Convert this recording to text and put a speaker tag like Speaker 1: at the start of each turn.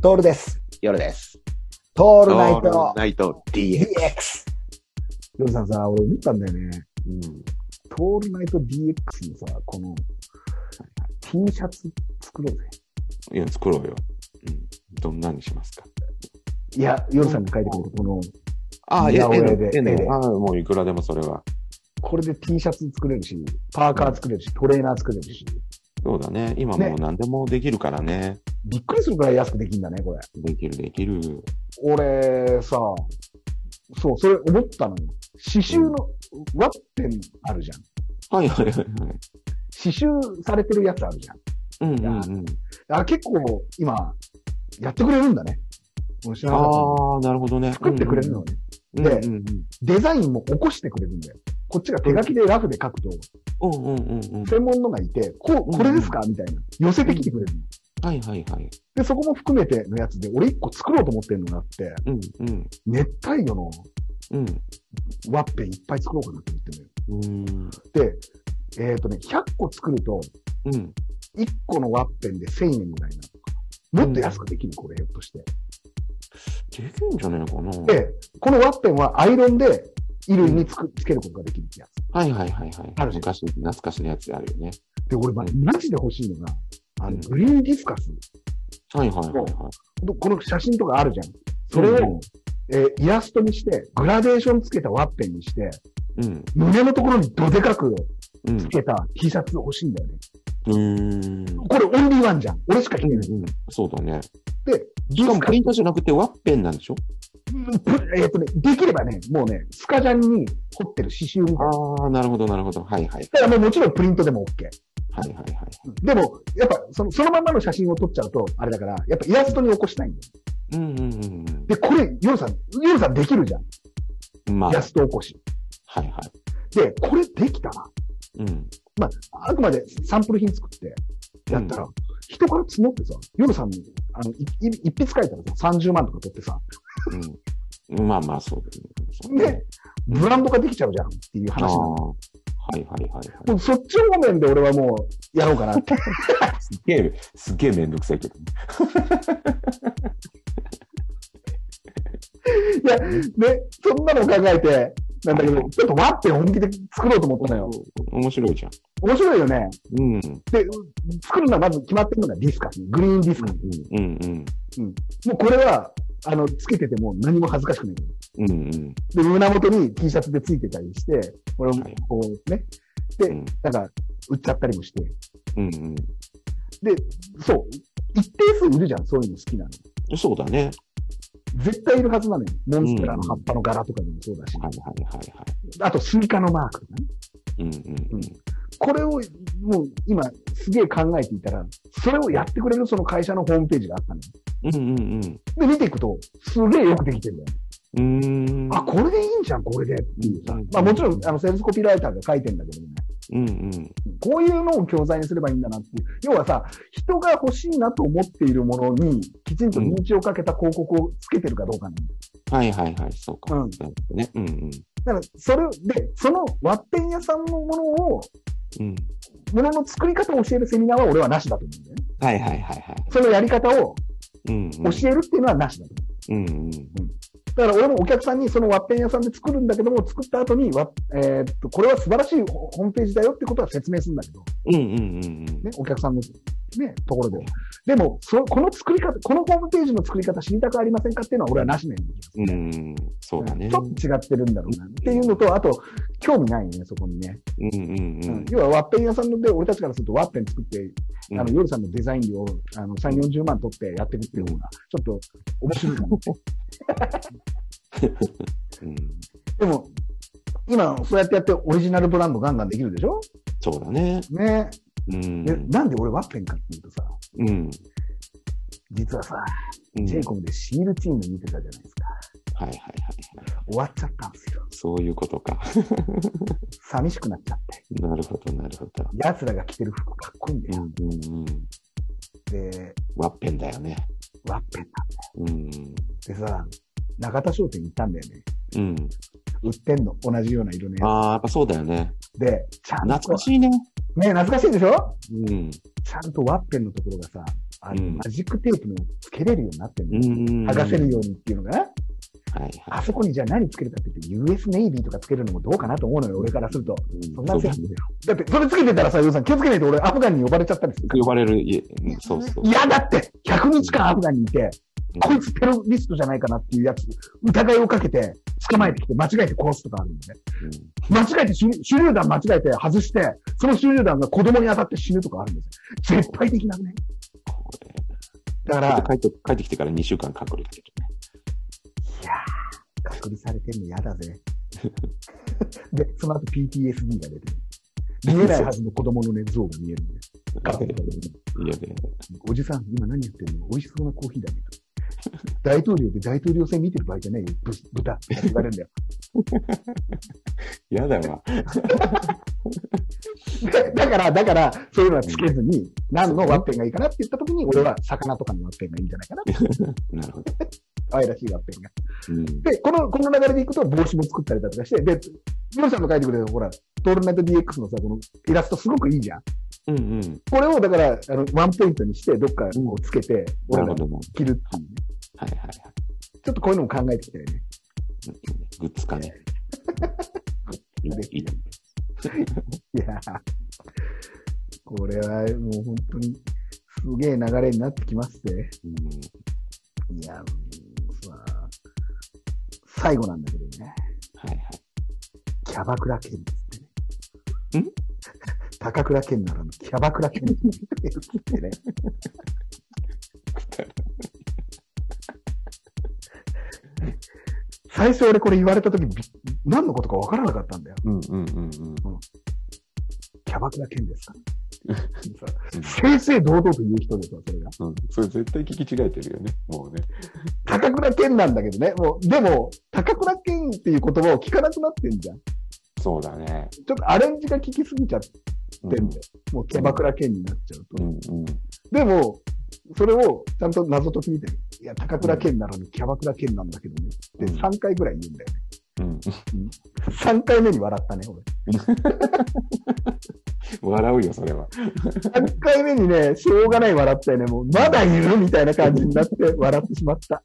Speaker 1: トールです。
Speaker 2: 夜です。
Speaker 1: ト
Speaker 2: オ
Speaker 1: ールナイト
Speaker 2: ナイト DX。
Speaker 1: DX。ヨルさんさ、俺思ったんだよね。
Speaker 2: うん。
Speaker 1: トールナイト DX のさ、この T シャツ作ろうぜ。
Speaker 2: いや、作ろうよ。うん。どんなにしますか
Speaker 1: いや、ヨルさんが書いてくれたこの、
Speaker 2: ああ、
Speaker 1: い
Speaker 2: ええ
Speaker 1: や
Speaker 2: の、
Speaker 1: 俺で
Speaker 2: ええの
Speaker 1: ええで
Speaker 2: ああ、もういくらでもそれは。
Speaker 1: これで T シャツ作れるし、パーカー作れるし、トレーナー作れるし、
Speaker 2: そうだね。今
Speaker 1: ね
Speaker 2: もう何でもできるからね。
Speaker 1: びっくりするくらい安くできるんだね、これ。
Speaker 2: できる、できる。
Speaker 1: 俺、さ、そう、それ思ったのよ。刺繍の、ワッペンあるじゃん。
Speaker 2: はいはいはいはい。
Speaker 1: 刺繍されてるやつあるじゃん。
Speaker 2: うんうんうん。
Speaker 1: あ結構今、やってくれるんだね。俺知らなかったんだ
Speaker 2: ああ、なるほどね。
Speaker 1: 作ってくれるのね。
Speaker 2: うんうんうんうん
Speaker 1: デザインも起こしてくれるんだよ。こっちが手書きでラフで書くと、
Speaker 2: うんうんうんうん。
Speaker 1: 専門のがいて、こう、これですかみたいな。寄せてきてくれるの。
Speaker 2: はいはいはい。
Speaker 1: で、そこも含めてのやつで、俺一個作ろうと思ってるのがあって、
Speaker 2: うんうん
Speaker 1: 熱帯魚の
Speaker 2: うん。
Speaker 1: ワッペンいっぱい作ろうかなって思ってる
Speaker 2: うん。
Speaker 1: のよ。で、えっ、とね、100個作ると、
Speaker 2: うん。
Speaker 1: 1個のワッペンで1000円みたいな。もっと安くできる、これ、ひょっとして。
Speaker 2: できるんじゃないのかな
Speaker 1: で、このワッペンはアイロンで衣類につくつけることができるってやつ。
Speaker 2: はいはいはいはい。
Speaker 1: あるじゃん
Speaker 2: 昔、懐かしのやつあるよね。
Speaker 1: で、俺、ま
Speaker 2: うん
Speaker 1: マジで欲しいのが、あの、
Speaker 2: うん
Speaker 1: グリーンディスカス。
Speaker 2: はいはいはいはい。
Speaker 1: どこの写真とかあるじゃん。それを、
Speaker 2: うん
Speaker 1: えーイラストにして、グラデーションつけたワッペンにして、
Speaker 2: うん。
Speaker 1: 胸のところにどでかく
Speaker 2: うん。
Speaker 1: つけた T シャツ欲しいんだよね。
Speaker 2: うーん。
Speaker 1: これオンリーワンじゃん。俺しか着てない。
Speaker 2: うんうん、そうだね。
Speaker 1: で、
Speaker 2: しかもプ
Speaker 1: ディ
Speaker 2: リントじゃなくてワッペンなんでしょ
Speaker 1: スカうんえっとね、できればね、もうね、スカジャンに彫ってる刺繍みたいな。
Speaker 2: ああ、なるほど、なるほど。はいはい。
Speaker 1: だからもうもちろんプリントでも OK。
Speaker 2: はいはいはい。
Speaker 1: でも、やっぱそのそのまんまの写真を撮っちゃうと、あれだから、やっぱイラストに起こしたいんだよ。
Speaker 2: うんうんうん
Speaker 1: で、これ、ヨルさん、ヨルさんできるじゃん。
Speaker 2: うん。まあ、
Speaker 1: イラ
Speaker 2: は
Speaker 1: スト起こし。
Speaker 2: いは
Speaker 1: で、これできたら、
Speaker 2: い。うん。
Speaker 1: まあ、あくまでサンプル品作って、やったら、人から募ってさ、夜さんに、あの、いい一筆書いたらさ、30万とか取ってさ、
Speaker 2: うん。まあまあ、そうだね。そうだ
Speaker 1: で、ブランド化できちゃうじゃんっていう
Speaker 2: ああ
Speaker 1: 話
Speaker 2: ー。
Speaker 1: なの。
Speaker 2: はいはいはいはい。
Speaker 1: もうそっち方面で俺はもうやろうかな って。
Speaker 2: すげえ、すげえめんどくさいけど。
Speaker 1: いや、ね、そんなの考えて、なんだけど、ちょっとワッペン本気で作ろうと思ったのよ。
Speaker 2: 面白いじゃん。
Speaker 1: 面白いよね。
Speaker 2: うん。うん
Speaker 1: で、作るのはまず決まってるのがディスカス。グリーンディスカ
Speaker 2: うんうん。
Speaker 1: ス。もうこれは、あの、つけてても何も恥ずかしくない。
Speaker 2: うんうん。
Speaker 1: で、胸元に T シャツでついてたりして、これを
Speaker 2: はい
Speaker 1: こうね、
Speaker 2: う
Speaker 1: で
Speaker 2: ん、
Speaker 1: なんか、売っちゃったりもして。
Speaker 2: うん
Speaker 1: そう。一定数いるじゃん、そういうの好きなの。
Speaker 2: うん。そうだね。
Speaker 1: 絶対いるはずなのよ。モンステラの葉っぱの柄とかでもそうだし。
Speaker 2: はいはいはいは
Speaker 1: あと、スイカのマークとかね。
Speaker 2: い。うんうんう
Speaker 1: これを、もう今、すげえ考えていたら、それをやってくれるその会社のホームページがあったのよ。
Speaker 2: ん。うんうんうん。
Speaker 1: で、見ていくと、すげえよくできてるんだよ。
Speaker 2: うーん。
Speaker 1: あ、これでいいんじゃん、これで。っていうさ。まあもちろん、あの、セールスコピーライターが書いてんだけどね。
Speaker 2: うんうん。
Speaker 1: こういうのを教材にすればいいんだなっていう。要はさ、人が欲しいなと思っているものに、きちんと認知をかけた広告をつけてるかどうかなんだよ
Speaker 2: はいはいはい、そうか。
Speaker 1: うん
Speaker 2: ね。うんうん。
Speaker 1: だから、それをで、そのワッペン屋さんのものを、
Speaker 2: うん。
Speaker 1: ものの作り方を教えるセミナーは俺はなしだと思うんだよね。
Speaker 2: はいはいはいはい。
Speaker 1: そのやり方を
Speaker 2: うん、うん。
Speaker 1: 教えるっていうのはなしだと
Speaker 2: うんうん。
Speaker 1: だから俺もお客さんにそのワッペン屋さんで作るんだけども、作った後にわ、えーっと、これは素晴らしいホホームページだよってことは説明するんだけど、
Speaker 2: うんうんうんうん。
Speaker 1: ね、お客さんの、ね、ところでは。でも、そこの作り方、このホームページの作り方知りたくありませんかっていうのは俺はなしね。
Speaker 2: うんうん。そうだね。
Speaker 1: ちょっと違ってるんだろうなっていうのと、あと、興味ないよね、そこにね。
Speaker 2: うんうんうん。
Speaker 1: 要はワッペン屋さんで俺たちからするとワッペン作って、あの、
Speaker 2: うん
Speaker 1: ヨルさんのデザイン料を、あの、3、40万取ってやってるっていうのが、ちょっと面白いかな。
Speaker 2: うん。
Speaker 1: でも、今、そうやってやってオリジナルブランドガンガンできるでしょ
Speaker 2: そうだね。
Speaker 1: ね
Speaker 2: うん。
Speaker 1: で、なんで俺ワッペンかっていうとさ、
Speaker 2: うん。
Speaker 1: 実はさ、
Speaker 2: うん
Speaker 1: ジェイコムでシールチーム見てたじゃないですか。
Speaker 2: はいはいはいはい。
Speaker 1: 終わっちゃったんですよ。
Speaker 2: そういうことか。
Speaker 1: 寂しくなっちゃって。
Speaker 2: なるほどなるほど。
Speaker 1: 奴らが着てる服かっこいいんだ
Speaker 2: う
Speaker 1: よ。
Speaker 2: んうんうん。
Speaker 1: で、
Speaker 2: ワッペンだよね。
Speaker 1: ワッペンだ
Speaker 2: うん。
Speaker 1: ってさ、中田商店行ったんだよね。
Speaker 2: うん。
Speaker 1: 売ってんの。同じような色のや
Speaker 2: ああ、やっぱそうだよね。
Speaker 1: つで、ちゃんと。
Speaker 2: 懐かしいね。
Speaker 1: ね懐かしいでしょ
Speaker 2: うん。
Speaker 1: ちゃんとワッペンのところがさ、あの
Speaker 2: うん
Speaker 1: マジックテープのつけれるようになってるの、
Speaker 2: ん
Speaker 1: 剥がせるようにっていうのかな、
Speaker 2: はいは
Speaker 1: あそこにじゃあ何つけるかって言って US ネイビーとかつけるのもどうかなと思うのよ、俺からすると。
Speaker 2: い。
Speaker 1: そんなせい
Speaker 2: そうですね
Speaker 1: だって、それつけてたらさ、ヨウさん気をつけないと俺アフガンに呼ばれちゃったりするから
Speaker 2: 呼ばれる、いえうんそうそう。
Speaker 1: いやだって、100日間アフガンにいて、
Speaker 2: うん
Speaker 1: こいつテロリストじゃないかなっていうやつ、疑いをかけて、捕まえてきて、間違えて殺すとかあるんでね。
Speaker 2: うん
Speaker 1: 間違えて手、手榴弾間違えて外して、その手榴弾が子供に当たって死ぬとかあるんですよ。絶対的なね。
Speaker 2: これ
Speaker 1: だか
Speaker 2: ち
Speaker 1: ら
Speaker 2: ょっと、帰って帰ってきてから2週間隔離だけどね。
Speaker 1: いやー、隔離されてんの嫌だぜ。で、その後 PTSD が出てる。見えないはずの子供のね、像が見えるん で。ガラスの子供
Speaker 2: いやね、
Speaker 1: おじさん、今何やってるの美味しそうなコーヒーだね。大統領で大統領選見てる場合じゃないよ、ぶ豚って言われるん だよ。
Speaker 2: やだわ。
Speaker 1: でだから、だから、そういうのはつけずに、何のワッペンがいいかなって言ったときに、俺は魚とかのワッペンがいいんじゃないかな。
Speaker 2: なるほど。
Speaker 1: 愛らしいワッペンが。
Speaker 2: うん。
Speaker 1: で、この、この流れでいくと帽子も作ったりだとかして、で、ヨルさんの書いてくれた、ほら、トールナイト DX のさ、このイラストすごくいいじゃん。
Speaker 2: うんうん。
Speaker 1: これをだから、あの、ワンポイントにして、どっかこうつけて、
Speaker 2: な
Speaker 1: 俺ら
Speaker 2: るほ
Speaker 1: が
Speaker 2: どな。
Speaker 1: 着るっていうね。
Speaker 2: はいはいはい。
Speaker 1: ちょっとこういうのも考えてきたよね。
Speaker 2: うんグッズかね。いいねいいね
Speaker 1: いやーこれはもう本当に、すげえ流れになってきまして。
Speaker 2: うん
Speaker 1: いや、もうさ、最後なんだけどね。
Speaker 2: はいはい。
Speaker 1: キャバクラ券ですってね。
Speaker 2: ん
Speaker 1: 高倉健ならぬキャバクラ券ってね。最初俺これ言われた時び何のことか分からなかったんだよ。
Speaker 2: うんうんうんうん。
Speaker 1: キャバクラ券ですか正々堂々と言う人ですわ、それが。
Speaker 2: うん、それ絶対聞き違えてるよね、もうね。
Speaker 1: 高倉健なんだけどね。もう、でも、高倉健っていう言葉を聞かなくなってんじゃん。ち
Speaker 2: そうだね。
Speaker 1: ょっとアレンジが効きすぎちゃって
Speaker 2: うん
Speaker 1: んだよ。もうキャバクラ健になっちゃうと。
Speaker 2: うんうん。
Speaker 1: でも、それをちゃんと謎解きみたいに、いや、高倉健ならぬキャバクラ健なんだけどねって
Speaker 2: うん
Speaker 1: 3回ぐらい言うんだよね。
Speaker 2: うん、
Speaker 1: 3回目に笑ったね、俺。
Speaker 2: 笑うよ、それは。
Speaker 1: 3回目にね、しょうがない笑ったよね、もう、まだいるみたいな感じになって笑ってしまった。